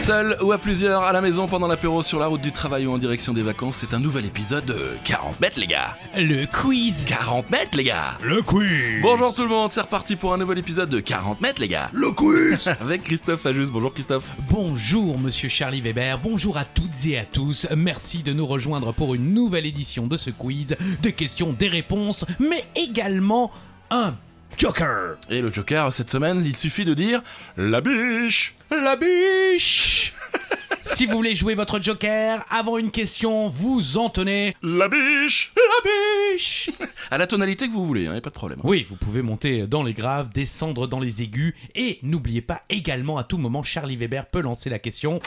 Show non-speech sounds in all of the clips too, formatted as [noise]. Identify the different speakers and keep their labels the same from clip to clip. Speaker 1: Seul ou à plusieurs, à la maison, pendant l'apéro, sur la route du travail ou en direction des vacances, c'est un nouvel épisode de 40 mètres, les gars.
Speaker 2: Le quiz.
Speaker 1: 40 mètres, les gars.
Speaker 2: Le quiz.
Speaker 1: Bonjour tout le monde, c'est reparti pour un nouvel épisode de 40 mètres, les gars.
Speaker 2: Le quiz.
Speaker 1: [laughs] Avec Christophe Ajus. Bonjour Christophe.
Speaker 2: Bonjour Monsieur Charlie Weber, bonjour à toutes et à tous. Merci de nous rejoindre pour une nouvelle édition de ce quiz. Des questions, des réponses, mais également un joker.
Speaker 1: Et le Joker, cette semaine, il suffit de dire la biche.
Speaker 2: La biche Si vous voulez jouer votre joker, avant une question, vous entonnez
Speaker 1: La biche.
Speaker 2: la biche
Speaker 1: [laughs] À la tonalité que vous voulez, il n'y a pas de problème.
Speaker 2: Oui, vous pouvez monter dans les graves, descendre dans les aigus, et n'oubliez pas également à tout moment, Charlie Weber peut lancer la question.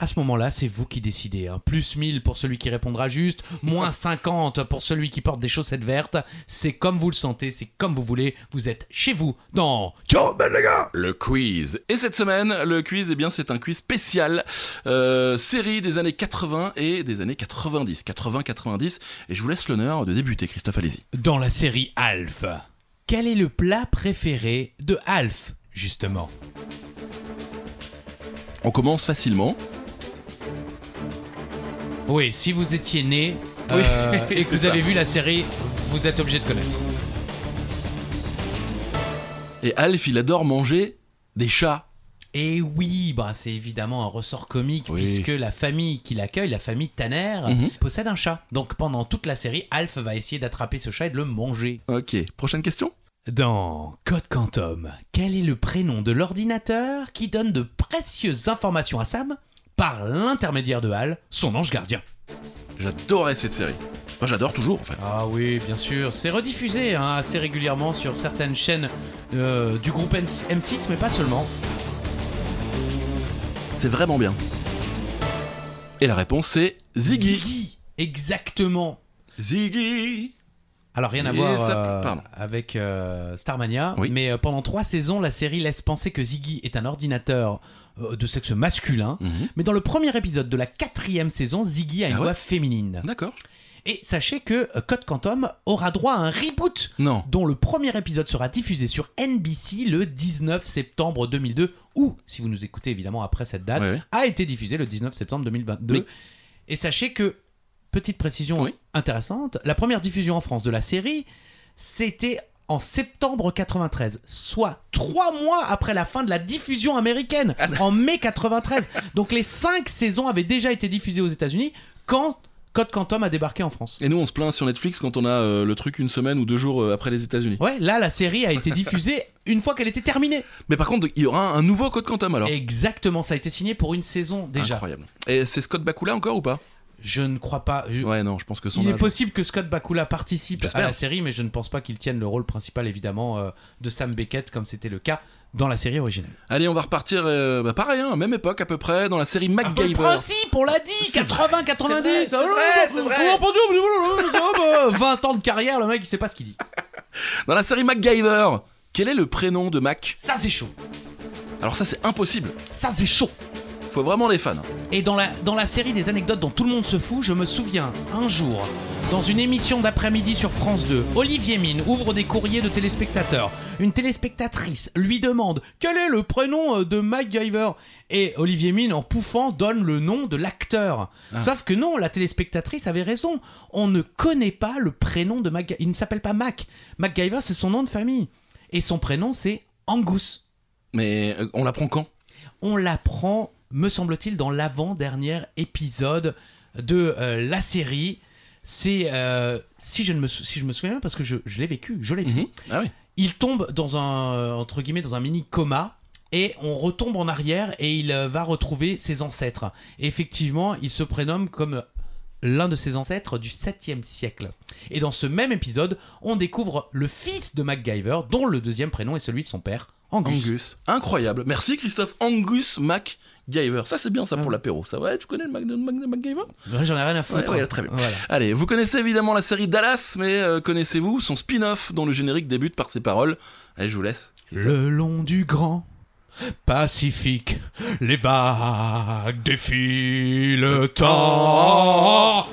Speaker 2: À ce moment-là, c'est vous qui décidez. hein. Plus 1000 pour celui qui répondra juste, moins 50 pour celui qui porte des chaussettes vertes. C'est comme vous le sentez, c'est comme vous voulez. Vous êtes chez vous, dans...
Speaker 1: Ciao, ben les gars Le quiz. Et cette semaine, le quiz, eh bien, c'est un quiz spécial. euh, série des années 80 et des années 90. 80-90. Et je vous laisse l'honneur de débuter, Christophe, allez-y.
Speaker 2: Dans la série Alf. Quel est le plat préféré de Alf, justement
Speaker 1: On commence facilement.
Speaker 2: Oui, si vous étiez né
Speaker 1: Oui, [laughs]
Speaker 2: euh, et que
Speaker 1: c'est
Speaker 2: vous avez
Speaker 1: ça.
Speaker 2: vu la série, vous êtes obligé de connaître.
Speaker 1: Et Alf, il adore manger des chats.
Speaker 2: Et oui, bah c'est évidemment un ressort comique
Speaker 1: Oui.
Speaker 2: puisque la famille qui l'accueille, la famille Tanner,
Speaker 1: Mhm.
Speaker 2: possède un chat. Donc pendant toute la série, Alf va essayer d'attraper ce chat et de le manger.
Speaker 1: Ok, prochaine question
Speaker 2: Dans Code Quantum, quel est le prénom de l'ordinateur qui donne de précieuses informations à Sam par l'intermédiaire de Hal, son ange gardien
Speaker 1: J'adorais cette série. Moi, j'adore toujours, en fait.
Speaker 2: Ah oui, bien sûr, c'est rediffusé hein, assez régulièrement sur certaines chaînes euh, du groupe M6, mais pas seulement.
Speaker 1: C'est vraiment bien. Et la réponse, c'est Ziggy.
Speaker 2: Ziggy Exactement
Speaker 1: Ziggy
Speaker 2: Alors rien à
Speaker 1: Et
Speaker 2: voir
Speaker 1: ça-
Speaker 2: euh,
Speaker 1: pardon.
Speaker 2: avec euh, Starmania,
Speaker 1: Oui.
Speaker 2: mais euh, pendant trois saisons, la série laisse penser que Ziggy est un ordinateur euh, de sexe masculin.
Speaker 1: Mhm.
Speaker 2: Mais dans le premier épisode de la quatrième saison, Ziggy a une
Speaker 1: Ah ouais
Speaker 2: voix féminine.
Speaker 1: D'accord.
Speaker 2: Et sachez que euh, Code Quantum aura droit à un reboot
Speaker 1: Non.
Speaker 2: dont le premier épisode sera diffusé sur NBC le 19 septembre 2002, ou, si vous nous écoutez évidemment après cette date,
Speaker 1: Ouais, ouais.
Speaker 2: a été diffusé le 19 septembre 2022.
Speaker 1: Oui.
Speaker 2: Et sachez que, petite précision
Speaker 1: Oui.
Speaker 2: intéressante, la première diffusion en France de la série, c'était en septembre 93, soit trois mois après la fin de la diffusion américaine,
Speaker 1: Ah
Speaker 2: en mai 93. Donc les cinq saisons avaient déjà été diffusées aux États-Unis quand Code Quantum a débarqué en France.
Speaker 1: Et nous, on se plaint sur Netflix quand on a euh, le truc une semaine ou deux jours euh, après les États-Unis.
Speaker 2: Ouais, là la série a été diffusée une fois qu'elle était terminée.
Speaker 1: Mais par contre, il y aura un nouveau Code Quantum alors.
Speaker 2: Exactement, ça a été signé pour une saison déjà.
Speaker 1: Incroyable. Et c'est Scott Bakula encore ou pas
Speaker 2: Je ne crois pas. je-
Speaker 1: Ouais, non, je pense que son
Speaker 2: Il est
Speaker 1: âge-
Speaker 2: possible que Scott Bakula participe à
Speaker 1: J'espère.
Speaker 2: la série, mais je ne pense pas qu'il tienne le rôle principal, évidemment, euh, de Sam Beckett, comme c'était le cas dans la série originale.
Speaker 1: Allez, on va repartir, euh, bah, pareil, hein, même époque à peu près, dans la série
Speaker 2: Le
Speaker 1: MacGyver.
Speaker 2: principe, on l'a dit
Speaker 1: C'est
Speaker 2: 80, 90
Speaker 1: c'est vrai, c'est vrai.
Speaker 2: Oh, mon Dieu, mais voilà, oh, bah, 20 ans de carrière, le mec, il sait pas ce qu'il dit.
Speaker 1: Dans la série MacGyver, quel est le prénom de Mac
Speaker 2: Ça, c'est chaud.
Speaker 1: Alors ça, c'est impossible.
Speaker 2: Ça, c'est chaud.
Speaker 1: Faut vraiment les fans.
Speaker 2: Et dans la, dans la série des anecdotes dont tout le monde se fout, je me souviens, un jour, dans une émission d'après-midi sur France 2, Olivier Mine ouvre des courriers de téléspectateurs. Une téléspectatrice lui demande quel est le prénom euh, de MacGyver Et Olivier Mine, en pouffant, donne le nom de l'acteur.
Speaker 1: Ah.
Speaker 2: Sauf que non, la téléspectatrice avait raison. On ne connaît pas le prénom de MacGyver. Il ne s'appelle pas Mac. MacGyver, c'est son nom de famille. Et son prénom, c'est Angus.
Speaker 1: Mais euh, on l'apprend quand
Speaker 2: On l'apprend, me semble-t-il, dans l'avant-dernier épisode de euh, la série. C'est, euh, si, je ne me sou- si je me souviens bien, parce que je, je l'ai vécu, je l'ai vu.
Speaker 1: Mhm. Ah oui.
Speaker 2: Il tombe dans un, euh, entre guillemets, dans un mini coma. Et on retombe en arrière et il euh, va retrouver ses ancêtres. Et effectivement, il se prénomme comme l'un de ses ancêtres du 7e siècle. Et dans ce même épisode, on découvre le fils de MacGyver, dont le deuxième prénom est celui de son père, Angus.
Speaker 1: Angus. Incroyable. Merci Christophe. Angus MacGyver. Ça c'est bien ça
Speaker 2: Ah
Speaker 1: pour
Speaker 2: oui.
Speaker 1: l'apéro. Ça va, tu connais le Mac- le Mac- le MacGyver
Speaker 2: Ouais, J'en ai rien à foutre.
Speaker 1: Ouais, ouais, très bien.
Speaker 2: Voilà.
Speaker 1: Allez, vous connaissez évidemment la série Dallas, mais euh, connaissez-vous son spin-off dont le générique débute par ces paroles Allez, je vous laisse.
Speaker 2: Le long du grand Pacifique, les vagues défilent tant.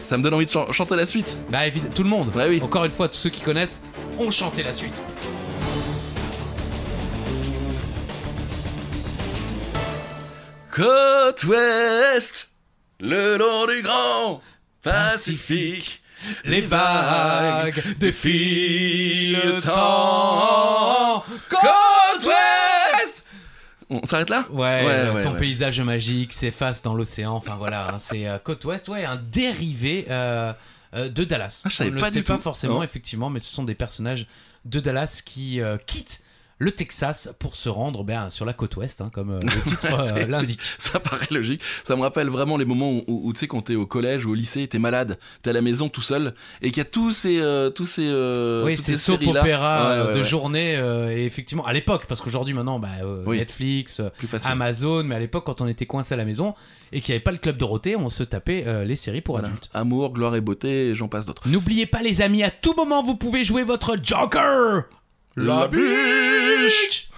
Speaker 1: ça me donne envie de chan- chanter la suite.
Speaker 2: Bah évidemment, tout le monde.
Speaker 1: Bah oui.
Speaker 2: Encore une fois, tous ceux qui connaissent ont chanté la suite.
Speaker 1: Côte ouest, le long du grand Pacifique,
Speaker 2: Les vagues défilent le temps.
Speaker 1: Côte ouest On s'arrête là
Speaker 2: Ouais, euh,
Speaker 1: Ouais, ouais,
Speaker 2: ton
Speaker 1: ouais.
Speaker 2: paysage magique s'efface dans l'océan. Enfin voilà, hein, c'est euh, côte ouest, ouais, un dérivé euh, euh, de Dallas.
Speaker 1: Ah, je savais
Speaker 2: On ne
Speaker 1: pas
Speaker 2: le sait
Speaker 1: du
Speaker 2: pas
Speaker 1: tout.
Speaker 2: forcément,
Speaker 1: Non.
Speaker 2: effectivement, mais ce sont des personnages de Dallas qui euh, quittent le Texas pour se rendre ben, sur la côte ouest, hein, comme euh, le
Speaker 1: [laughs]
Speaker 2: titre
Speaker 1: Ouais,
Speaker 2: euh,
Speaker 1: c'est-
Speaker 2: l'indique.
Speaker 1: Ça paraît logique. Ça me rappelle vraiment les moments où, où- où, tu sais, quand t'es au collège ou au lycée, t'es malade, t'es à la maison tout seul, et qu'il y a tous ces, euh, tous ces, euh,
Speaker 2: Oui,
Speaker 1: toutes
Speaker 2: c'est
Speaker 1: ces
Speaker 2: soap
Speaker 1: séries-là.
Speaker 2: opéra
Speaker 1: Ouais,
Speaker 2: euh,
Speaker 1: ouais,
Speaker 2: de
Speaker 1: ouais.
Speaker 2: journée, euh, et effectivement, à l'époque, parce qu'aujourd'hui, maintenant, bah, euh,
Speaker 1: Oui. Ah,
Speaker 2: Netflix, euh,
Speaker 1: Plus facile.
Speaker 2: Amazon, mais à l'époque, quand on était coincé à la maison et qu'il n'y avait pas le club Dorothée, on se tapait euh, les séries pour
Speaker 1: Voilà.
Speaker 2: adultes.
Speaker 1: Amour, gloire et beauté, et j'en passe d'autres.
Speaker 2: N'oubliez pas, les amis, à tout moment, vous pouvez jouer votre Joker
Speaker 1: La biche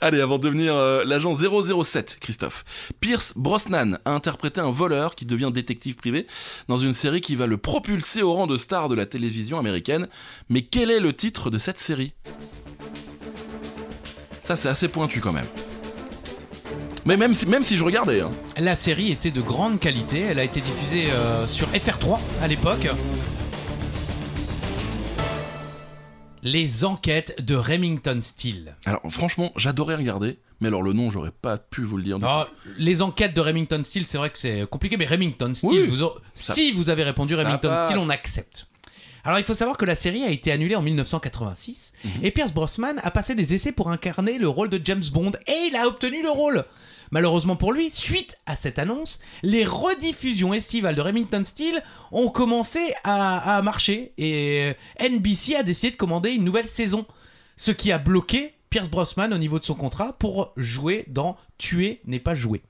Speaker 1: Allez, avant de devenir euh, l'agent 007, Christophe, Pierce Brosnan a interprété un voleur qui devient détective privé dans une série qui va le propulser au rang de star de la télévision américaine. Mais quel est le titre de cette série Ça, c'est assez pointu quand même. Mais même si, même si je regardais, hein.
Speaker 2: La série était de grande qualité, elle a été diffusée euh, sur FR3 à l'époque. Les enquêtes de Remington Steele.
Speaker 1: alors franchement, j'adorais regarder, mais alors le nom, j'aurais pas pu vous le dire.
Speaker 2: Ah, les enquêtes de Remington Steele, c'est vrai que c'est compliqué, mais Remington Steele,
Speaker 1: Oui,
Speaker 2: vous aurez-
Speaker 1: ça-
Speaker 2: si vous avez répondu
Speaker 1: ça
Speaker 2: Remington
Speaker 1: passe.
Speaker 2: Steele, on accepte. Alors il faut savoir que la série a été annulée en 1986
Speaker 1: Mhm.
Speaker 2: et Pierce Brosnan a passé des essais pour incarner le rôle de James Bond et il a obtenu le rôle. Malheureusement pour lui, suite à cette annonce, les rediffusions estivales de Remington Steele ont commencé à, à marcher et NBC a décidé de commander une nouvelle saison, ce qui a bloqué Pierce Brosnan au niveau de son contrat pour jouer dans Tuer n'est pas joué.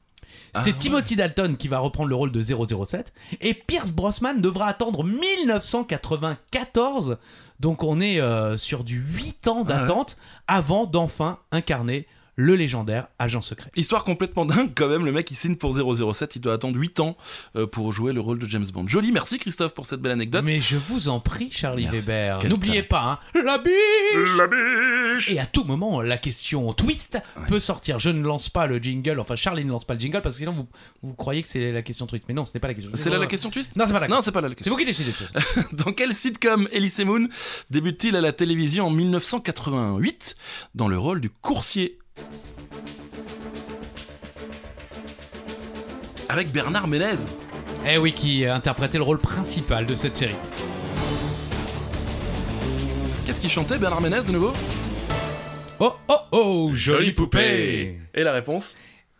Speaker 1: Ah,
Speaker 2: C'est
Speaker 1: ouais.
Speaker 2: Timothy Dalton qui va reprendre le rôle de 007 et Pierce Brosnan devra attendre 1994. Donc on est euh, sur du 8
Speaker 1: Ah
Speaker 2: ans
Speaker 1: ouais.
Speaker 2: d'attente avant d'enfin incarner le légendaire agent secret.
Speaker 1: Histoire complètement dingue quand même, le mec il signe pour 007, il doit attendre 8 ans euh, pour jouer le rôle de James Bond. Joli, merci Christophe pour cette belle anecdote.
Speaker 2: Mais je vous en prie, Charlie
Speaker 1: Merci.
Speaker 2: Weber,
Speaker 1: Quel
Speaker 2: n'oubliez pas, hein, la biche
Speaker 1: La biche
Speaker 2: Et à tout moment, la question twist peut sortir. Je ne lance pas le jingle, enfin Charlie ne lance pas le jingle parce que sinon vous, vous croyez que c'est la question twist. Mais non, ce n'est pas la question twist.
Speaker 1: C'est là la question twist
Speaker 2: Non, c'est pas la
Speaker 1: Non, c'est pas là la
Speaker 2: euh, C'est
Speaker 1: question. [laughs]
Speaker 2: vous qui décidez de choses.
Speaker 1: Dans quel sitcom Elise Moon débute-t-il à la télévision en 1988 dans le rôle du coursier Avec Bernard Ménez
Speaker 2: Eh oui, qui interprétait le rôle principal de cette série.
Speaker 1: Qu'est-ce qu'il chantait Bernard Ménez de nouveau
Speaker 2: Oh oh oh,
Speaker 1: Et la réponse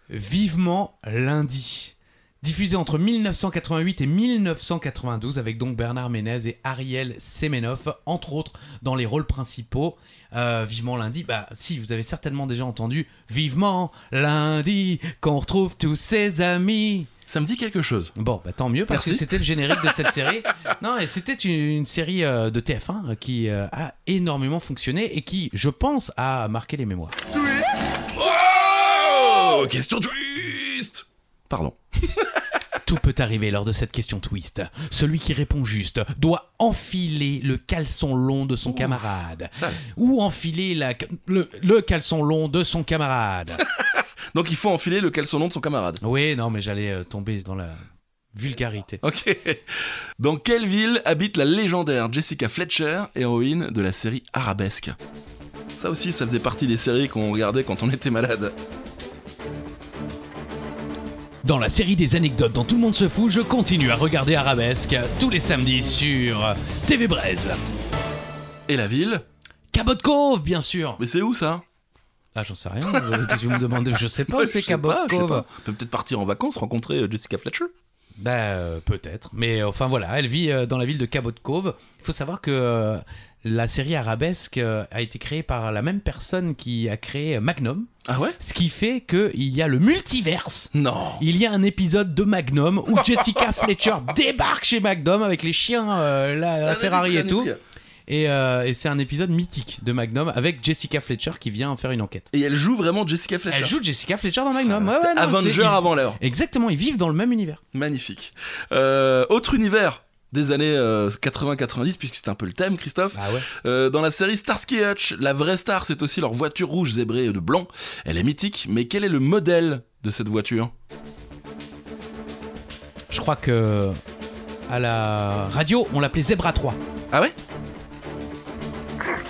Speaker 2: Vivement lundi. Diffusé entre 1988 et 1992 avec donc Bernard Ménez et Ariel Semenoff, entre autres dans les rôles principaux. Euh, Vivement lundi, bah si, vous avez certainement déjà entendu Vivement lundi, qu'on retrouve tous ses amis.
Speaker 1: Ça me dit quelque chose.
Speaker 2: Bon, bah tant mieux parce
Speaker 1: Merci.
Speaker 2: que c'était le générique de cette série. Non, et c'était une, une série euh, de TF1 qui euh, a énormément fonctionné et qui, je pense, a marqué les mémoires.
Speaker 1: Oh Question twist Pardon.
Speaker 2: Tout peut arriver lors de cette question twist. Celui qui répond juste doit enfiler le caleçon long de son camarade.
Speaker 1: Ça.
Speaker 2: Ou enfiler la, ca- le, le caleçon long de son camarade. [laughs]
Speaker 1: Donc il faut enfiler le caleçon de son camarade.
Speaker 2: oui, non, mais j'allais euh, tomber dans la vulgarité.
Speaker 1: Ok. Dans quelle ville habite la légendaire Jessica Fletcher, héroïne de la série Arabesque Ça aussi, ça faisait partie des séries qu'on regardait quand on était malade.
Speaker 2: Dans la série des anecdotes dont tout le monde se fout, je continue à regarder Arabesque tous les samedis sur TV Braise.
Speaker 1: Et la ville
Speaker 2: Cabot Cove, bien sûr.
Speaker 1: Mais c'est où ça
Speaker 2: Ah, j'en sais rien. euh, qu'est-ce que vous me demandez, je sais pas
Speaker 1: Ouais,
Speaker 2: où
Speaker 1: [laughs]
Speaker 2: c'est
Speaker 1: je sais
Speaker 2: Cabot
Speaker 1: pas, je sais
Speaker 2: Cove.
Speaker 1: pas. On peut peut-être partir en vacances, rencontrer euh, Jessica Fletcher.
Speaker 2: Bah euh, peut-être, mais euh, enfin voilà, elle vit euh, dans la ville de Cabot Cove. Il faut savoir que euh, la série Arabesque euh, a été créée par la même personne qui a créé euh, Magnum,
Speaker 1: Ah ouais
Speaker 2: ce qui fait qu'il y a le multiverse.
Speaker 1: Non
Speaker 2: Il y a un épisode de Magnum
Speaker 1: [laughs]
Speaker 2: où Jessica Fletcher débarque chez Magnum avec les chiens, euh, la, la euh, Ferrari et tout. Et, euh, et c'est un épisode mythique de Magnum avec Jessica Fletcher qui vient faire une enquête.
Speaker 1: Et elle joue vraiment Jessica Fletcher.
Speaker 2: Elle joue Jessica Fletcher dans Magnum. Ouais,
Speaker 1: Ah, C'était
Speaker 2: ouais, non,
Speaker 1: Avenger
Speaker 2: c'est-
Speaker 1: avant l'heure.
Speaker 2: Exactement, ils vivent dans le même univers.
Speaker 1: Magnifique. Euh, autre univers des années euh, 80-90, puisque c'était un peu le thème, Christophe.
Speaker 2: Ah ouais.
Speaker 1: Euh, dans la série Starsky et Hutch, la vraie star, c'est aussi leur voiture rouge zébrée de blanc. Elle est mythique, mais quel est le modèle de cette voiture
Speaker 2: Je crois que à la radio, on l'appelait Zebra 3.
Speaker 1: Ah ouais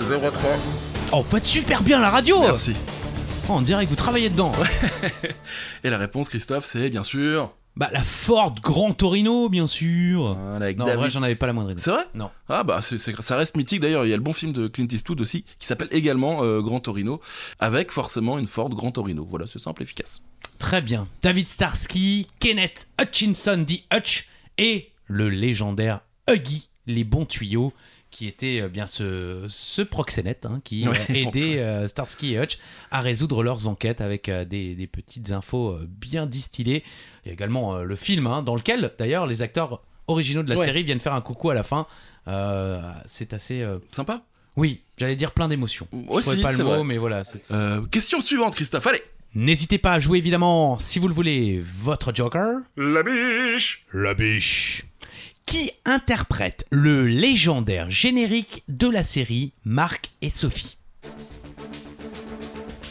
Speaker 3: 03.
Speaker 2: Oh, vous faites super bien la radio
Speaker 1: Merci.
Speaker 2: Oh, On dirait que vous travaillez dedans.
Speaker 1: Et la réponse, Christophe, c'est bien sûr.
Speaker 2: Bah, la Ford Grand Torino, bien sûr.
Speaker 1: Voilà, avec
Speaker 2: Oh. non, en
Speaker 1: hein, David-
Speaker 2: vrai, j'en avais pas la moindre idée.
Speaker 1: C'est vrai
Speaker 2: Non.
Speaker 1: Ah bah c'est- c'est- ça reste mythique d'ailleurs, il y a le bon film de Clint Eastwood aussi qui s'appelle également euh, Grand Torino avec forcément une Ford Grand Torino. Voilà, c'est simple, efficace.
Speaker 2: Très bien. David Starsky, Kenneth Hutchinson, dit Hutch, et le légendaire Huggy, les bons tuyaux, qui était euh, bien ce, ce proxénète hein, qui
Speaker 1: Ouais, [laughs]
Speaker 2: euh, aidait euh, Starsky et Hutch à résoudre leurs enquêtes avec euh, des, des petites infos euh, bien distillées. Il y a également euh, le film, hein, dans lequel d'ailleurs les acteurs originaux de la
Speaker 1: Ouais.
Speaker 2: série viennent faire un coucou à la fin. Euh, c'est assez. euh,
Speaker 1: Sympa
Speaker 2: Oui, j'allais dire plein d'émotions. Je
Speaker 1: Aussi,
Speaker 2: trouvais pas
Speaker 1: c'est
Speaker 2: le mot,
Speaker 1: vrai.
Speaker 2: mais voilà. c'est-
Speaker 1: Euh, question suivante, Christophe, allez
Speaker 2: N'hésitez pas à jouer évidemment, si vous le voulez, votre Joker.
Speaker 3: La biche.
Speaker 2: La biche. Qui interprète le légendaire générique de la série Marc et Sophie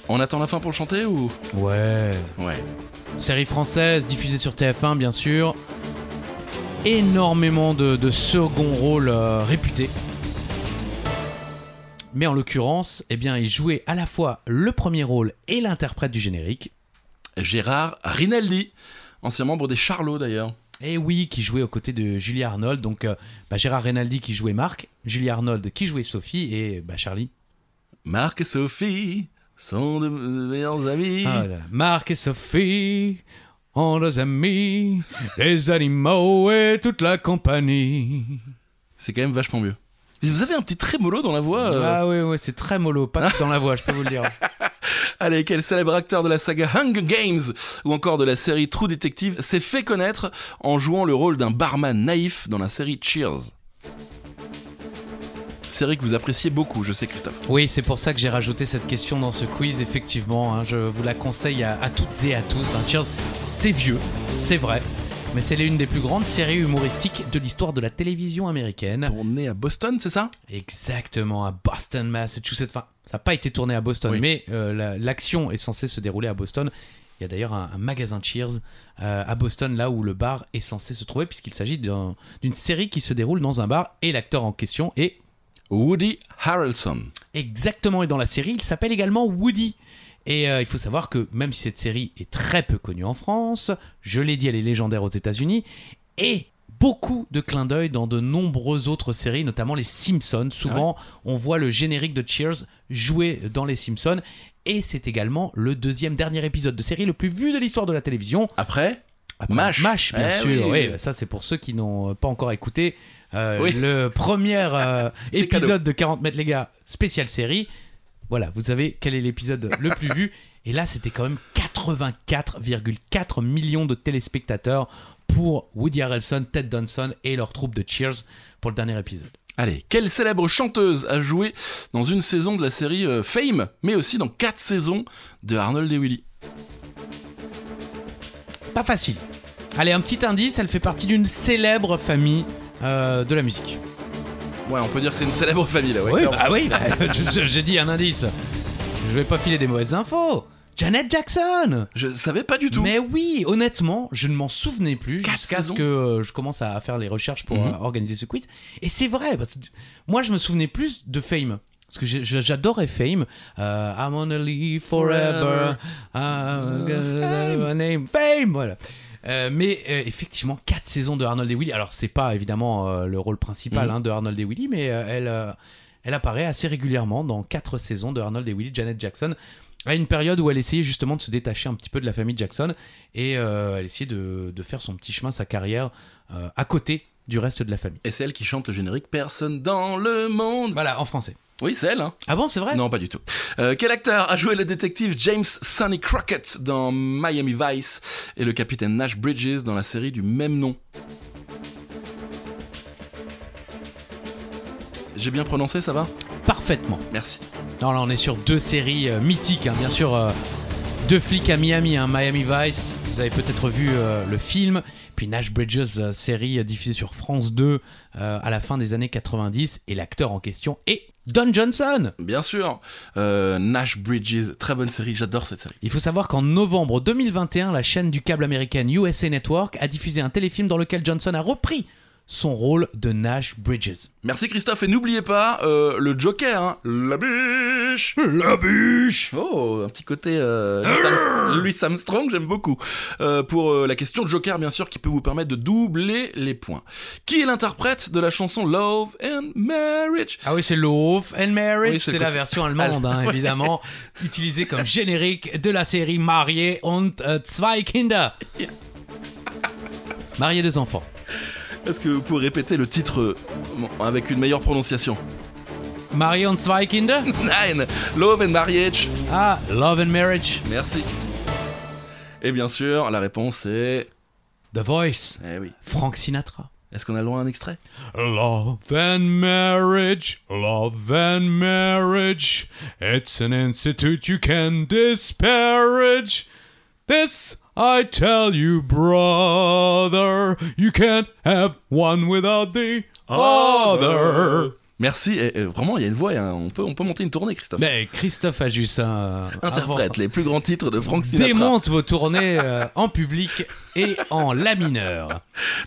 Speaker 1: On attend la fin pour le chanter ou
Speaker 2: Ouais.
Speaker 1: Ouais.
Speaker 2: Série française diffusée sur TF1 bien sûr. Énormément de, de second rôle réputés. Mais en l'occurrence, eh bien, il jouait à la fois le premier rôle et l'interprète du générique.
Speaker 1: Gérard Rinaldi, ancien membre des Charlots d'ailleurs.
Speaker 2: Et Eh oui, qui jouait aux côtés de Julie Arnold. Donc euh, bah, Gérard Rinaldi qui jouait Marc, Julie Arnold qui jouait Sophie et bah, Charlie
Speaker 1: Marc et Sophie sont de de meilleurs amis.
Speaker 2: Ah là là. Marc et Sophie, en leurs amis, les animaux et toute la compagnie.
Speaker 1: C'est quand même vachement mieux. Mais Vous avez un petit trémolo dans la voix. euh.
Speaker 2: Ah oui, oui, c'est très mollo, pas que dans la voix, je peux vous le dire.
Speaker 1: Allez, quel célèbre acteur de la saga Hunger Games ou encore de la série True Detective s'est fait connaître en jouant le rôle d'un barman naïf dans la série Cheers Série que vous appréciez beaucoup, je sais Christophe.
Speaker 2: [laughs] Oui, c'est pour ça que j'ai rajouté cette question dans ce quiz, effectivement. hein, je vous la conseille à, à toutes et à tous. hein. Cheers, c'est vieux, c'est vrai. Mais c'est l'une des plus grandes séries humoristiques de l'histoire de la télévision américaine.
Speaker 1: Tourné à Boston, c'est ça
Speaker 2: Exactement, à Boston, Massachusetts. Enfin, ça n'a pas été tourné à Boston,
Speaker 1: Oui.
Speaker 2: mais euh, la- l'action est censée se dérouler à Boston. Il y a d'ailleurs un, un magasin Cheers euh, à Boston, là où le bar est censé se trouver, puisqu'il s'agit d'un- d'une série qui se déroule dans un bar et l'acteur en question est
Speaker 1: Woody Harrelson.
Speaker 2: exactement et dans la série. Il s'appelle également Woody. Et euh, il faut savoir que même si cette série est très peu connue en France, je l'ai dit, elle est légendaire aux États-Unis et beaucoup de clins d'œil dans de nombreuses autres séries, notamment les Simpsons. Souvent, on voit le générique de Cheers jouer dans les Simpsons. Et c'est également le deuxième dernier épisode de série le plus vu de l'histoire de la télévision.
Speaker 1: Après,
Speaker 2: Après,
Speaker 1: Mash.
Speaker 2: bien
Speaker 1: Eh
Speaker 2: sûr.
Speaker 1: oui.
Speaker 2: Oui, bah, ça c'est pour ceux qui n'ont euh, pas encore écouté euh,
Speaker 1: Oui.
Speaker 2: le premier euh,
Speaker 1: [laughs] C'est
Speaker 2: épisode
Speaker 1: cadeau.
Speaker 2: de 40 mètres les gars spécial série. Voilà, vous savez quel est l'épisode [laughs] le plus vu. Et là, c'était quand même 84,4 millions de téléspectateurs pour Woody Harrelson, Ted Danson et leur troupe de Cheers pour le dernier épisode.
Speaker 1: Allez, quelle célèbre chanteuse a joué dans une saison de la série euh, Fame, mais aussi dans quatre saisons de Arnold et Willy
Speaker 2: Pas facile. Allez, un petit indice, elle fait partie d'une célèbre famille euh, de la musique.
Speaker 1: Ouais, on peut dire que c'est une célèbre famille là, ouais. Ah,
Speaker 2: Oui,
Speaker 1: clairement.
Speaker 2: bah oui, [laughs] bah, je- je- j'ai dit un indice. Je vais pas filer des mauvaises infos. Janet Jackson
Speaker 1: Je savais pas du tout.
Speaker 2: Mais oui, honnêtement, je ne m'en souvenais plus
Speaker 1: Quatre
Speaker 2: jusqu'à ce
Speaker 1: saisons.
Speaker 2: que euh, je commence à faire les recherches pour
Speaker 1: Mhm.
Speaker 2: euh, organiser ce quiz. Et c'est vrai, parce que moi je me souvenais plus de Fame. Parce que j'ai- j'ai- j'adorais Fame. Euh, I'm gonna live forever. I'm gonna
Speaker 1: Fame.
Speaker 2: my name. Fame, voilà. Euh, mais euh, effectivement, quatre saisons de Arnold et Willy. Alors, c'est pas évidemment euh, le rôle principal
Speaker 1: Mhm.
Speaker 2: hein, de Arnold et Willy, mais euh, elle, euh, elle apparaît assez régulièrement dans quatre saisons de Arnold et Willy, Janet Jackson, à une période où elle essayait justement de se détacher un petit peu de la famille Jackson et euh, elle essayait de, de faire son petit chemin, sa carrière euh, à côté du reste de la famille.
Speaker 1: Et c'est elle qui chante le générique Personne dans le monde.
Speaker 2: Voilà, en français.
Speaker 1: Oui, c'est elle, hein.
Speaker 2: Ah bon, c'est vrai
Speaker 1: Non, pas du tout. Euh, quel acteur a joué le détective James Sonny Crockett dans Miami Vice et le capitaine Nash Bridges dans la série du même nom J'ai bien prononcé, ça va
Speaker 2: Parfaitement.
Speaker 1: Merci.
Speaker 2: Non, là, on est sur deux séries euh, mythiques, hein. bien sûr. euh, deux flics à Miami, hein, Miami Vice. Vous avez peut-être vu euh, le film. Puis Nash Bridges, euh, série euh, diffusée sur France 2 euh, à la fin des années 90. Et l'acteur en question est Don Johnson.
Speaker 1: Bien sûr. Euh, Nash Bridges, très bonne série, j'adore cette série.
Speaker 2: Il faut savoir qu'en novembre 2021, la chaîne du câble américaine USA Network a diffusé un téléfilm dans lequel Johnson a repris son rôle de Nash Bridges.
Speaker 1: Merci Christophe et n'oubliez pas euh, le Joker, hein. La biche La biche Oh, un petit côté euh, Louis Am- Louis Armstrong, j'aime beaucoup. Euh, pour euh, la question Joker, bien sûr, qui peut vous permettre de doubler les points. Qui est l'interprète de la chanson Love and Marriage
Speaker 2: Ah oui, c'est Love and Marriage,
Speaker 1: Oui, c'est
Speaker 2: c'est
Speaker 1: le
Speaker 2: la
Speaker 1: côté-
Speaker 2: version
Speaker 1: [laughs]
Speaker 2: allemande, hein, évidemment, utilisée comme générique de la série Marié und euh, zwei Kinder. Marié deux enfants.
Speaker 1: Est-ce que vous pouvez répéter le titre euh, avec une meilleure prononciation
Speaker 2: Marié und zwei
Speaker 1: [laughs]
Speaker 2: Kinder
Speaker 1: Nein Love and Marriage
Speaker 2: Ah, Love and Marriage,
Speaker 1: Merci. Et bien sûr, la réponse est...
Speaker 2: The Voice,
Speaker 1: Eh oui.
Speaker 2: Frank Sinatra.
Speaker 1: Est-ce qu'on a le droit à un extrait
Speaker 2: Love and marriage, love and marriage, it's an institute you can disparage. This I tell you, brother, you can't have one without the other.
Speaker 1: Merci, et, et vraiment, il y a une voix, et un- on, peut, on peut monter une tournée, Christophe.
Speaker 2: Mais Christophe Ajus, hein,
Speaker 1: Interprète
Speaker 2: avant-
Speaker 1: les plus grands titres de Frank Sinatra.
Speaker 2: démonte vos tournées euh, en public et en la mineure.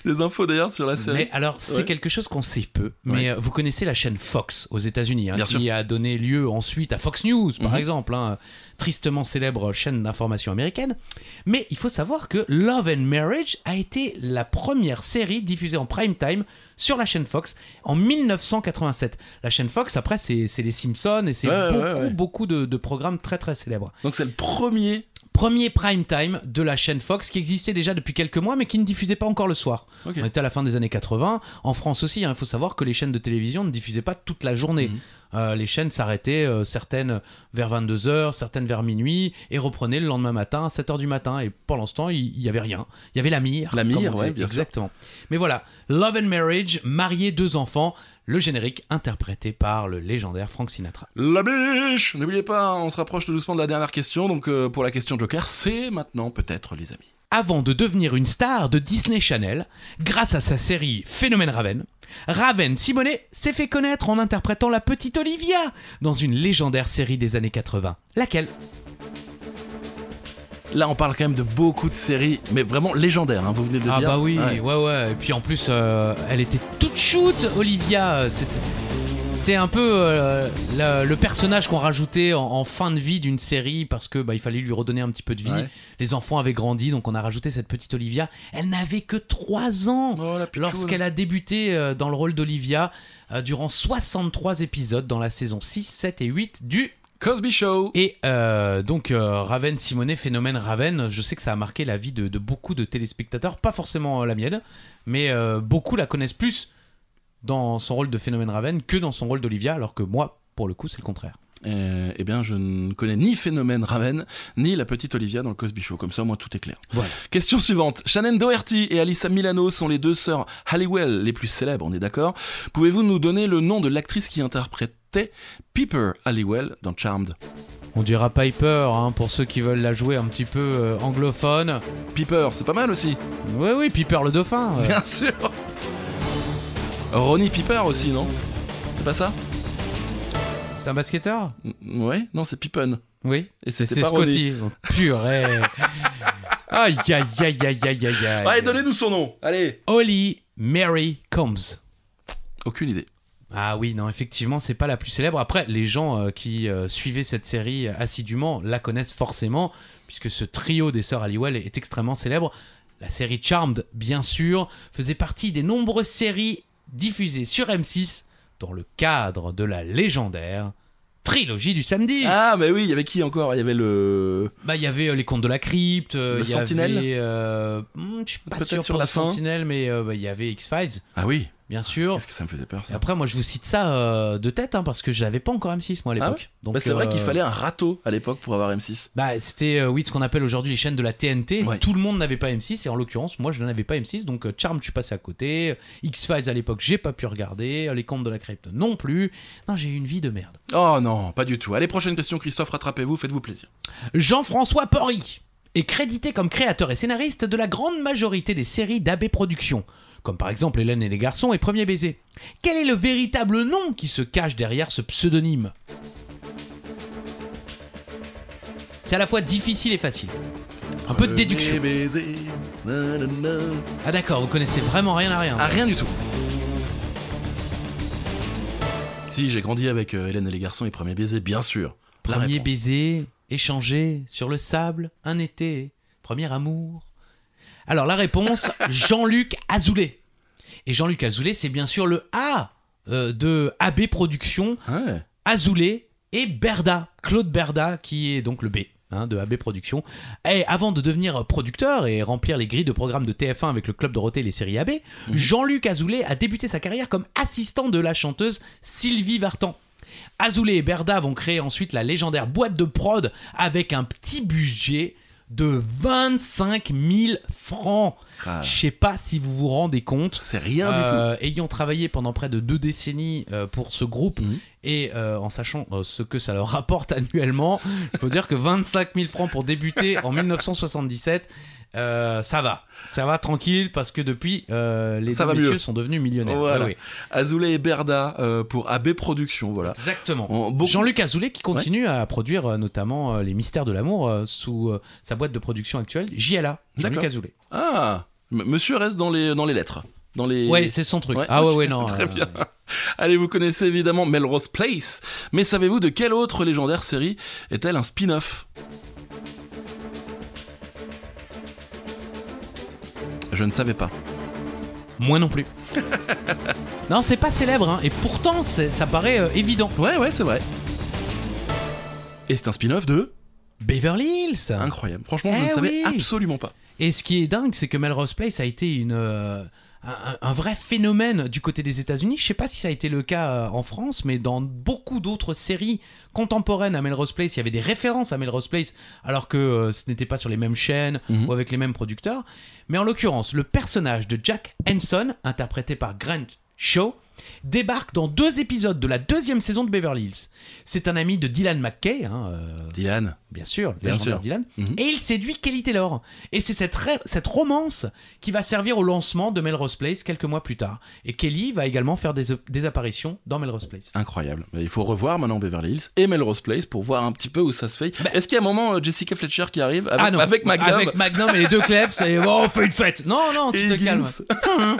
Speaker 1: Des infos d'ailleurs sur la série.
Speaker 2: Mais alors, c'est
Speaker 1: Ouais.
Speaker 2: quelque chose qu'on sait peu. Mais
Speaker 1: Ouais.
Speaker 2: euh, vous connaissez la chaîne Fox aux États-Unis, hein,
Speaker 1: Bien
Speaker 2: qui
Speaker 1: sûr.
Speaker 2: a donné lieu ensuite à Fox News, par
Speaker 1: Mhm.
Speaker 2: exemple, hein, tristement célèbre chaîne d'information américaine. Mais il faut savoir que Love and Marriage a été la première série diffusée en prime time sur la chaîne Fox en 1987. La chaîne Fox, après, c'est c'est les Simpsons et c'est
Speaker 1: Ouais, ouais,
Speaker 2: beaucoup,
Speaker 1: ouais, ouais.
Speaker 2: beaucoup de- de programmes très, très célèbres
Speaker 1: Donc c'est le premier.
Speaker 2: premier prime time de la chaîne Fox qui existait déjà depuis quelques mois mais qui ne diffusait pas encore le soir.
Speaker 1: Ok.
Speaker 2: On était à la fin des années 80. En France aussi, hein, il faut savoir que les chaînes de télévision ne diffusaient pas toute la journée.
Speaker 1: Mhm.
Speaker 2: Euh, les chaînes s'arrêtaient euh, certaines vers 22h, certaines vers minuit et reprenaient le lendemain matin à 7h du matin. Et pendant ce temps, il n'y avait rien. Il y avait la mire.
Speaker 1: La mire,
Speaker 2: comme on disait.
Speaker 1: ouais, bien sûr.
Speaker 2: Exactement. Mais voilà, Love and Marriage, mariés deux enfants, le générique interprété par le légendaire Frank Sinatra.
Speaker 1: La biche N'oubliez pas, hein, on se rapproche tout doucement de la dernière question. Donc euh, pour la question Joker, c'est maintenant peut-être, les amis.
Speaker 2: avant de devenir une star de Disney Channel grâce à sa série Phénomène Raven. Raven Simonet s'est fait connaître en interprétant la petite Olivia dans une légendaire série des années 80. Laquelle
Speaker 1: Là, on parle quand même de beaucoup de séries, mais vraiment légendaires, hein, vous venez de le
Speaker 2: Ah
Speaker 1: dire.
Speaker 2: bah oui, ouais
Speaker 1: Ouais.
Speaker 2: ouais. Et puis en plus, euh, elle était toute shoot, Olivia. Euh, C'était, c'était un peu euh, le, le personnage qu'on rajoutait en, en fin de vie d'une série parce que bah, il fallait lui redonner un petit peu de vie.
Speaker 1: Ouais.
Speaker 2: Les enfants avaient grandi, donc on a rajouté cette petite Olivia. Elle n'avait que 3 ans.
Speaker 1: Oh, la pichou,
Speaker 2: Lorsqu'elle a débuté euh, dans le rôle d'Olivia euh, durant 63 épisodes dans la saison 6, 7 et 8 du...
Speaker 1: Cosby Show
Speaker 2: Et euh, donc euh, Raven Simonet, phénomène Raven, je sais que ça a marqué la vie de, de beaucoup de téléspectateurs, pas forcément euh, la mienne, mais euh, beaucoup la connaissent plus dans son rôle de phénomène Raven que dans son rôle d'Olivia, alors que moi, pour le coup, c'est le contraire.
Speaker 1: Euh, eh bien, je ne connais ni Phénomène Raven, ni la petite Olivia dans le Cosby Show. Comme ça, moi, tout est clair.
Speaker 2: Voilà.
Speaker 1: Question suivante. Shannon Doherty et Alyssa Milano sont les deux sœurs Halliwell les plus célèbres, on est d'accord. Pouvez-vous nous donner le nom de l'actrice qui interprétait Piper Halliwell dans Charmed
Speaker 2: On dira Piper, hein, pour ceux qui veulent la jouer un petit peu euh, anglophone.
Speaker 1: Piper, c'est pas mal aussi,
Speaker 2: Oui, oui, Piper le dauphin. euh.
Speaker 1: bien sûr. Ronnie Piper aussi, non C'est pas ça
Speaker 2: C'est un basketteur
Speaker 1: Mm, Ouais, non, c'est Pippen.
Speaker 2: Oui.
Speaker 1: Et
Speaker 2: Et
Speaker 1: c'était
Speaker 2: c'est
Speaker 1: pas Ronnie.
Speaker 2: Scotty. Oh,
Speaker 1: [laughs]
Speaker 2: Purée. aïe, aïe, aïe, aïe, aïe, aïe, aïe.
Speaker 1: Allez, donnez-nous son nom. Allez.
Speaker 2: Holly Mary Combs.
Speaker 1: Aucune idée.
Speaker 2: Ah oui, non, effectivement, c'est pas la plus célèbre. Après, les gens euh, qui euh, suivaient cette série assidûment la connaissent forcément, puisque ce trio des sœurs Halliwell est extrêmement célèbre. La série Charmed, bien sûr, faisait partie des nombreuses séries diffusées sur M6 dans le cadre de la légendaire trilogie du samedi.
Speaker 1: Ah, mais oui, il y avait qui encore Il y avait le.
Speaker 2: Bah, il y avait euh, les contes de la crypte, euh,
Speaker 1: Le
Speaker 2: il y
Speaker 1: Sentinelle
Speaker 2: avait. euh, hmm, je suis pas
Speaker 1: Peut-être
Speaker 2: sûr
Speaker 1: sur
Speaker 2: pour
Speaker 1: la
Speaker 2: le
Speaker 1: fin.
Speaker 2: Sentinelle, mais euh, bah, il y avait X-Files.
Speaker 1: Ah oui.
Speaker 2: bien sûr.
Speaker 1: Qu'est-ce que ça me faisait peur
Speaker 2: Et
Speaker 1: ça
Speaker 2: après, moi, je vous cite ça euh, de tête, hein, parce que je l'avais pas encore M6, moi, à
Speaker 1: Ah
Speaker 2: l'époque. Donc
Speaker 1: Bah, c'est vrai
Speaker 2: euh,
Speaker 1: qu'il fallait un râteau à l'époque pour avoir M6.
Speaker 2: Bah, c'était euh, oui ce qu'on appelle aujourd'hui les chaînes de la TNT.
Speaker 1: Ouais.
Speaker 2: Tout le monde n'avait pas M6 et en l'occurrence moi je n'avais pas M6 donc euh, Charm je suis passé à côté. X Files à l'époque j'ai pas pu regarder. Euh, Les Contes de la Crypte non plus. Non j'ai eu une vie de merde.
Speaker 1: Oh non, pas du tout. Allez, prochaine question, Christophe, rattrapez-vous, faites-vous plaisir.
Speaker 2: Jean-François Porry est crédité comme créateur et scénariste de la grande majorité des séries d'AB Productions, comme par exemple Hélène et les garçons et Premier baiser. Quel est le véritable nom qui se cache derrière ce pseudonyme C'est à la fois difficile et facile. Un
Speaker 1: Euh,
Speaker 2: peu de déduction.
Speaker 1: Baiser, nanana.
Speaker 2: Ah d'accord, vous connaissez vraiment rien à rien.
Speaker 1: Ah, rien du tout. Si, j'ai grandi avec euh, Hélène et les garçons et Premier baiser, bien sûr. La
Speaker 2: Premier
Speaker 1: réponse.
Speaker 2: baiser, échangé sur le sable, un été, premier amour. Alors la réponse, Jean-Luc Azoulay. Et Jean-Luc Azoulay, c'est bien sûr le A euh, de AB Productions,
Speaker 1: Ouais.
Speaker 2: Azoulay et Berda, Claude Berda, qui est donc le B. hein, de AB Productions. Et avant de devenir producteur et remplir les grilles de programme de TF1 avec le Club Dorothée et les séries AB,
Speaker 1: Mhm.
Speaker 2: Jean-Luc Azoulay a débuté sa carrière comme assistant de la chanteuse Sylvie Vartan. Azoulay et Berda vont créer ensuite la légendaire boîte de prod avec un petit budget de 25 000 francs.
Speaker 1: Ah,
Speaker 2: Je sais pas si vous vous rendez compte.
Speaker 1: C'est rien du tout.
Speaker 2: Euh, Ayant travaillé pendant près de deux décennies euh, pour ce groupe
Speaker 1: Mhm.
Speaker 2: et euh, en sachant euh, ce que ça leur rapporte [laughs] annuellement, je peux dire que 25 000 francs pour débuter en 1977, euh, ça va. Ça va tranquille parce que depuis, euh, les
Speaker 1: Ça
Speaker 2: deux
Speaker 1: va
Speaker 2: messieurs
Speaker 1: mieux.
Speaker 2: sont devenus millionnaires.
Speaker 1: Voilà.
Speaker 2: Ah oui,
Speaker 1: Azoulay et Berda euh, pour AB Productions, voilà.
Speaker 2: Exactement.
Speaker 1: On- beaucoup-
Speaker 2: Jean-Luc Azoulay qui continue à produire euh, notamment euh, Les Mystères de l'amour euh, sous euh, sa boîte de production actuelle, JLA. Jean-Luc
Speaker 1: D'accord.
Speaker 2: Azoulay.
Speaker 1: Ah, M- monsieur reste dans les, dans les lettres. Dans les...
Speaker 2: Ouais, c'est son truc.
Speaker 1: Ouais,
Speaker 2: ah ouais,
Speaker 1: ok,
Speaker 2: ouais,
Speaker 1: [laughs]
Speaker 2: non.
Speaker 1: très
Speaker 2: euh,
Speaker 1: bien. Allez, vous connaissez évidemment Melrose Place, mais savez-vous de quelle autre légendaire série est-elle un spin-off Je ne savais pas.
Speaker 2: Moi non plus. [laughs] non, c'est pas célèbre, hein, et pourtant c'est- ça paraît euh, évident.
Speaker 1: Ouais, ouais, c'est vrai. Et c'est un spin-off de
Speaker 2: Beverly Hills
Speaker 1: incroyable. Franchement, je
Speaker 2: Eh
Speaker 1: ne savais
Speaker 2: oui.
Speaker 1: absolument pas.
Speaker 2: Et ce qui est dingue, c'est que Melrose Place a été une, euh, un, un vrai phénomène du côté des États-Unis. Je sais pas si ça a été le cas euh, en France, mais dans beaucoup d'autres séries contemporaines à Melrose Place, il y avait des références à Melrose Place, alors que euh, ce n'était pas sur les mêmes chaînes
Speaker 1: Mhm.
Speaker 2: ou avec les mêmes producteurs. Mais en l'occurrence, le personnage de Jack Henson, interprété par Grant Shaw, débarque dans deux épisodes de la deuxième saison de Beverly Hills. C'est un ami de Dylan McKay, hein, euh,
Speaker 1: Dylan.
Speaker 2: bien sûr, le
Speaker 1: Bien
Speaker 2: légendaire
Speaker 1: sûr.
Speaker 2: Dylan.
Speaker 1: Mhm.
Speaker 2: Et il séduit Kelly Taylor. Et c'est cette, ra- cette romance qui va servir au lancement de Melrose Place quelques mois plus tard. Et Kelly va également faire des, des apparitions dans Melrose Place.
Speaker 1: Incroyable. Mais Il faut revoir maintenant Beverly Hills et Melrose Place pour voir un petit peu où ça se fait. Est-ce qu'il y a un moment euh, Jessica Fletcher qui arrive avec, Ah avec Magnum
Speaker 2: Ah Avec Magnum et les deux cleps, et oh, on fait une fête. Non, non, tu
Speaker 1: et
Speaker 2: te
Speaker 1: Higgins
Speaker 2: calmes.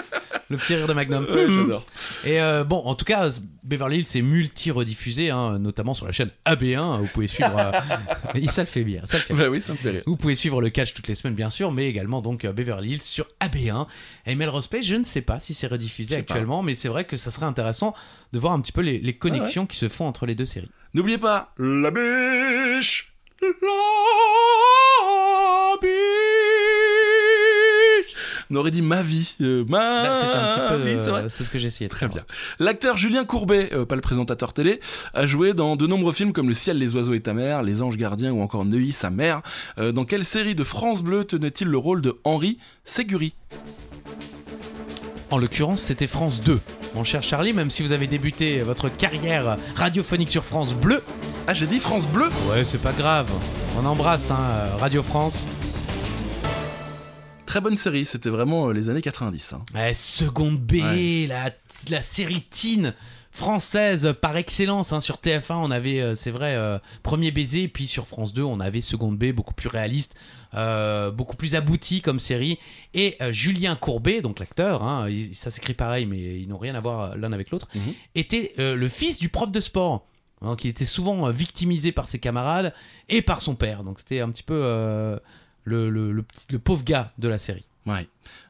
Speaker 2: Le petit rire de Magnum.
Speaker 1: [laughs] Ouais, j'adore. [laughs]
Speaker 2: Et euh, bon, en tout cas, Beverly Hills est multi-rediffusé, hein, notamment sur la chaîne AB1. hein, Vous pouvez suivre. euh, [laughs] il- ça le fait bien. Ça le fait bien.
Speaker 1: Bah oui, ça me fait rire.
Speaker 2: Vous pouvez suivre le catch toutes les semaines, bien sûr, mais également donc euh, Beverly Hills sur AB1. Et Melrose Place, je ne sais pas si c'est rediffusé
Speaker 1: Je sais pas.
Speaker 2: actuellement, mais c'est vrai que ça serait intéressant de voir un petit peu les, les connexions qui se font entre les deux séries.
Speaker 1: N'oubliez pas, la biche La biche On aurait dit ma vie. euh, ma
Speaker 2: Là, Bah, c'est un petit peu.
Speaker 1: vie, c'est
Speaker 2: euh,
Speaker 1: vrai.
Speaker 2: c'est ce que j'ai essayé. de
Speaker 1: Très
Speaker 2: faire.
Speaker 1: bien. L'acteur Julien Courbet, euh, pas le présentateur télé, a joué dans de nombreux films comme Le ciel, les oiseaux et ta mère, Les anges gardiens ou encore Neuilly, sa mère. Euh, dans quelle série de France Bleu tenait-il le rôle de Henri Séguri
Speaker 2: En l'occurrence, c'était France 2. Mon cher Charlie, même si vous avez débuté votre carrière radiophonique sur France Bleu,
Speaker 1: Ah, j'ai dit France Bleu
Speaker 2: ouais, c'est pas grave. On embrasse hein, euh, Radio France.
Speaker 1: Très bonne série, c'était vraiment euh, les années 90. hein.
Speaker 2: Ouais, seconde B,
Speaker 1: Ouais.
Speaker 2: la, la série teen française par excellence. hein. sur TF1, on avait, euh, c'est vrai, euh, Premier Baiser, puis sur France 2, on avait Seconde B, beaucoup plus réaliste, euh, beaucoup plus abouti comme série. Et euh, Julien Courbet, donc l'acteur, hein, il- ça s'écrit pareil, mais ils n'ont rien à voir euh, l'un avec l'autre,
Speaker 1: Mhm.
Speaker 2: était euh, le fils du prof de sport. Donc il était souvent euh, victimisé par ses camarades et par son père. Donc c'était un petit peu euh, le, le- le petit- le pauvre gars de la série.
Speaker 1: Ouais,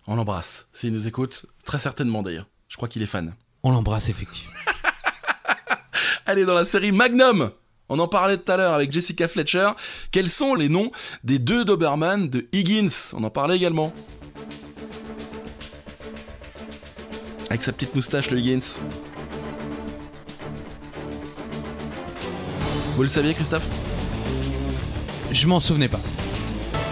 Speaker 1: on l'embrasse. S'il nous écoute, très certainement d'ailleurs. Je crois qu'il est fan.
Speaker 2: On l'embrasse effectivement.
Speaker 1: Elle est dans la série Magnum on en parlait tout à l'heure avec Jessica Fletcher. Quels sont les noms des deux Doberman de Higgins On en parlait également. avec sa petite moustache, le Higgins. Vous le saviez, Christophe
Speaker 2: Je m'en souvenais pas.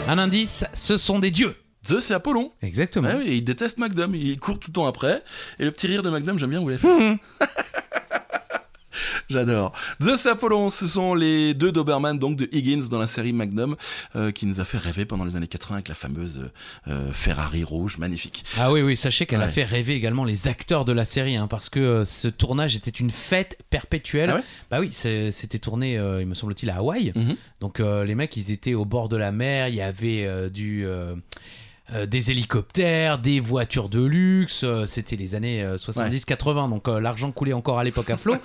Speaker 2: Un indice, ce sont des dieux. Ah
Speaker 1: Zeus, c'est Apollon.
Speaker 2: Exactement.
Speaker 1: Ouais, Ah oui, il déteste McDum, il court tout le temps après. Et le petit rire de McDum, j'aime bien, vous l'avez fait.
Speaker 2: Mhm.
Speaker 1: [laughs] J'adore. Zeus et Apollon, ce sont les deux Doberman donc de Higgins dans la série Magnum euh, qui nous a fait rêver pendant les années 80 avec la fameuse euh, Ferrari rouge magnifique.
Speaker 2: Ah oui, oui, sachez qu'elle a
Speaker 1: Ouais.
Speaker 2: fait rêver également les acteurs de la série, hein, parce que euh, ce tournage était une fête perpétuelle.
Speaker 1: Ah ouais
Speaker 2: bah oui, c'est- c'était tourné, euh, il me semble-t-il, à Hawaï.
Speaker 1: Mhm.
Speaker 2: Donc euh, les mecs, ils étaient au bord de la mer, il y avait euh, du... euh, euh, des hélicoptères, des voitures de luxe, euh, c'était les années 70-80, donc euh, l'argent coulait encore à l'époque
Speaker 1: [laughs]
Speaker 2: à flot.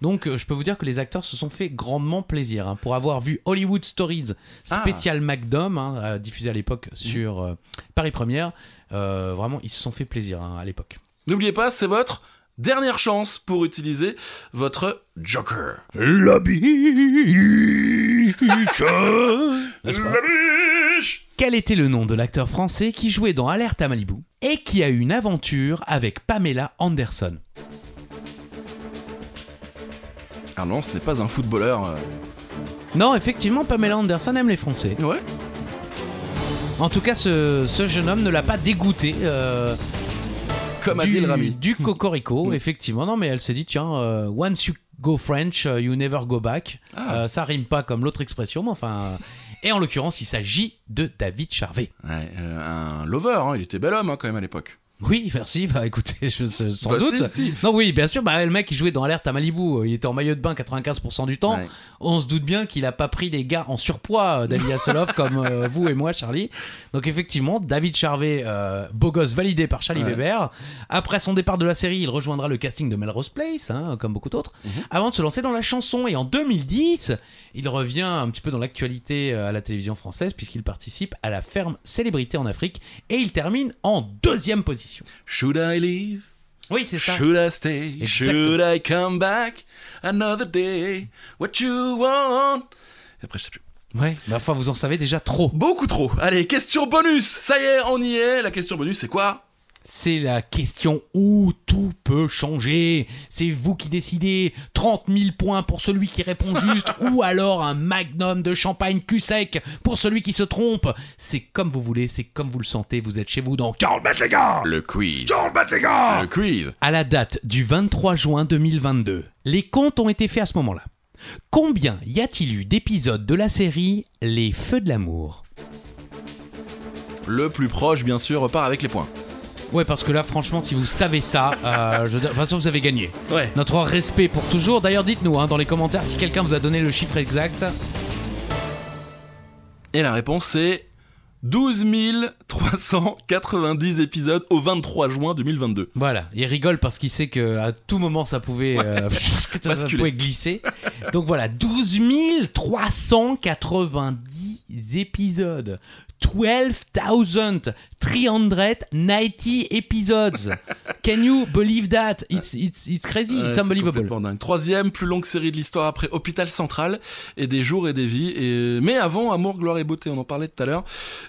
Speaker 2: donc euh, je peux vous dire que les acteurs se sont fait grandement plaisir. hein. Pour avoir vu Hollywood Stories
Speaker 1: Ah.
Speaker 2: spécial MacDom, hein, euh, diffusé à l'époque sur euh, Paris Première, euh, vraiment ils se sont fait plaisir hein, à l'époque.
Speaker 1: N'oubliez pas, c'est votre dernière chance pour utiliser votre Joker.
Speaker 2: La biche Quel était le nom de l'acteur français qui jouait dans Alerte à Malibu et qui a eu une aventure avec Pamela Anderson
Speaker 1: Ah non, ce n'est pas un footballeur. euh.
Speaker 2: Non, effectivement, Pamela Anderson aime les Français.
Speaker 1: Ouais.
Speaker 2: En tout cas, ce, ce jeune homme ne l'a pas dégoûté. euh,
Speaker 1: Comme
Speaker 2: du,
Speaker 1: Adil Rami. [laughs]
Speaker 2: du cocorico,
Speaker 1: Mm.
Speaker 2: effectivement. Non, mais elle s'est dit, tiens, euh, once you go French, euh, you never go back.
Speaker 1: Ah.
Speaker 2: Euh, ça rime pas comme l'autre expression, mais enfin. euh, Et en l'occurrence, il s'agit de David Charvet.
Speaker 1: Ouais, euh, un lover, hein, il était bel homme hein, quand même à l'époque.
Speaker 2: Oui, merci. Bah écoutez, je, je- sans
Speaker 1: Bah, si,
Speaker 2: doute.
Speaker 1: si.
Speaker 2: Non, oui, bien sûr. Bah, le mec, il jouait dans Alerte à Malibu. euh, Il était en maillot de bain 95% du temps.
Speaker 1: Ouais.
Speaker 2: On se doute bien qu'il a pas pris les gars en surpoids, euh, David
Speaker 1: [laughs]
Speaker 2: Hasselhoff, comme euh, vous et moi, Charlie. Donc, effectivement, David Charvet, euh, beau gosse validé par Charlie
Speaker 1: Ouais.
Speaker 2: Weber. Après son départ de la série, il rejoindra le casting de Melrose Place, hein, comme beaucoup d'autres,
Speaker 1: Mhm.
Speaker 2: avant de se lancer dans la chanson. Et en 2010, il revient un petit peu dans l'actualité euh, à la télévision française, puisqu'il participe à la ferme célébrité en Afrique. Et il termine en deuxième position.
Speaker 1: Should I leave
Speaker 2: Oui, c'est ça.
Speaker 1: Should I stay
Speaker 2: Exactement.
Speaker 1: Should I come back Another day What you want Et après, je sais plus.
Speaker 2: Ouais, bah, enfin, vous en savez déjà trop.
Speaker 1: Beaucoup trop. Allez, question bonus Ça y est, on y est. La question bonus, c'est quoi
Speaker 2: C'est la question où tout peut changer. C'est vous qui décidez. 30 000 points pour celui qui répond [laughs] juste, ou alors un magnum de champagne cul sec pour celui qui se trompe. C'est comme vous voulez, c'est comme vous le sentez. Vous êtes chez vous dans Carl Bad, les gars
Speaker 1: Ah, Le quiz.
Speaker 3: Dans le bat, les gars
Speaker 1: Le quiz.
Speaker 2: À la date du 23 juin 2022, les comptes ont été faits à ce moment-là. Combien y a-t-il eu d'épisodes de la série Les Feux de l'amour
Speaker 1: Le plus proche, bien sûr, repart avec les points.
Speaker 2: Ouais, parce que là, franchement, si vous savez ça, euh, je veux dire, de toute façon, vous avez gagné.
Speaker 1: Ouais.
Speaker 2: Notre respect pour toujours. D'ailleurs, dites-nous hein, dans les commentaires si quelqu'un vous a donné le chiffre exact.
Speaker 1: Et la réponse, c'est 12 390 épisodes au 23 juin 2022.
Speaker 2: Voilà, il rigole parce qu'il sait que à tout moment ça pouvait, euh, [laughs] ça
Speaker 1: basculer.
Speaker 2: pouvait glisser. Donc voilà, 12 390 épisodes. 12 390 episodes. Can you believe that? It's, it's, it's crazy,
Speaker 1: Ouais,
Speaker 2: it's
Speaker 1: c'est
Speaker 2: unbelievable.
Speaker 1: complètement dingue. Troisième plus longue série de l'histoire après Hôpital Central et Des jours et des vies. Et... Mais avant Amour, gloire et beauté, on en parlait tout à l'heure.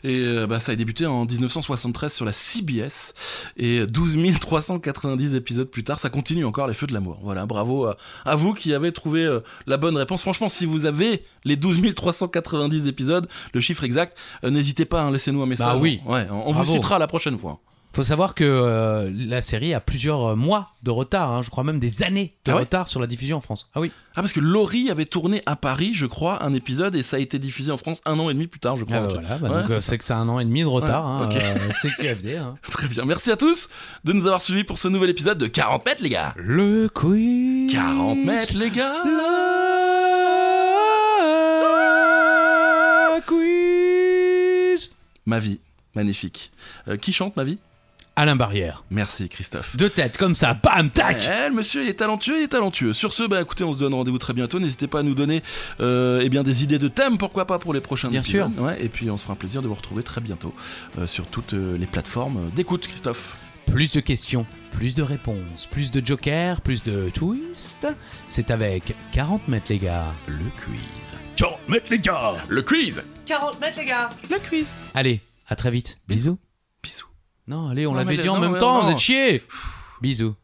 Speaker 1: Et euh, bah, ça a débuté en 1973 sur la CBS. Et 12 390 épisodes plus tard, ça continue encore les feux de l'amour. Voilà, bravo à, à vous qui avez trouvé euh, la bonne réponse. Franchement, si vous avez les 12 390 épisodes, le chiffre exact, euh, n'hésitez pas, hein, laissez-nous un message.
Speaker 2: Bah oui.
Speaker 1: Ouais, on on vous
Speaker 2: Bravo.
Speaker 1: citera la prochaine fois.
Speaker 2: Faut savoir que euh, la série a plusieurs euh, mois de retard, hein, je crois même des années de
Speaker 1: Ah ouais
Speaker 2: retard sur la diffusion en France. Ah oui.
Speaker 1: Ah parce que Laurie avait tourné à Paris, je crois, un épisode et ça a été diffusé en France un an et demi plus tard, je crois.
Speaker 2: Ah bah voilà, bah
Speaker 1: Ouais,
Speaker 2: donc
Speaker 1: c'est
Speaker 2: euh,
Speaker 1: ça.
Speaker 2: c'est que ça a un an et demi de retard. hein,
Speaker 1: ok.
Speaker 2: euh, c'est QFD. hein.
Speaker 1: [laughs] Très bien, merci à tous de nous avoir suivis pour ce nouvel épisode de 40 mètres les gars.
Speaker 2: Le quiz.
Speaker 1: 40 mètres les gars.
Speaker 2: Le quiz.
Speaker 1: Ma vie, magnifique. Euh, qui chante ma vie
Speaker 2: Alain Barrière.
Speaker 1: Merci Christophe.
Speaker 2: Deux têtes comme ça, bam, tac.
Speaker 1: Eh, le monsieur, il est talentueux, il est talentueux. Sur ce, bah écoutez, on se donne rendez-vous très bientôt. N'hésitez pas à nous donner euh, eh bien, des idées de thèmes, pourquoi pas, pour les prochains
Speaker 2: Bien
Speaker 1: épisodes. Ouais, et puis on se fera un plaisir de vous retrouver très bientôt euh, sur toutes euh, les plateformes d'écoute, Christophe.
Speaker 2: Plus de questions, plus de réponses, plus de jokers, plus de twists. C'est avec 40 mètres les gars.
Speaker 1: Le quiz.
Speaker 3: 40 mètres, les gars
Speaker 1: Le quiz
Speaker 4: 40 mètres, les gars
Speaker 1: Le quiz
Speaker 2: Allez, à très vite. Bisous.
Speaker 1: Bisous.
Speaker 2: Non, allez, on
Speaker 1: Non,
Speaker 2: l'avait
Speaker 1: mais
Speaker 2: dit
Speaker 1: le-
Speaker 2: en
Speaker 1: non,
Speaker 2: même
Speaker 1: mais
Speaker 2: temps,
Speaker 1: non.
Speaker 2: vous êtes chiés. Bisous.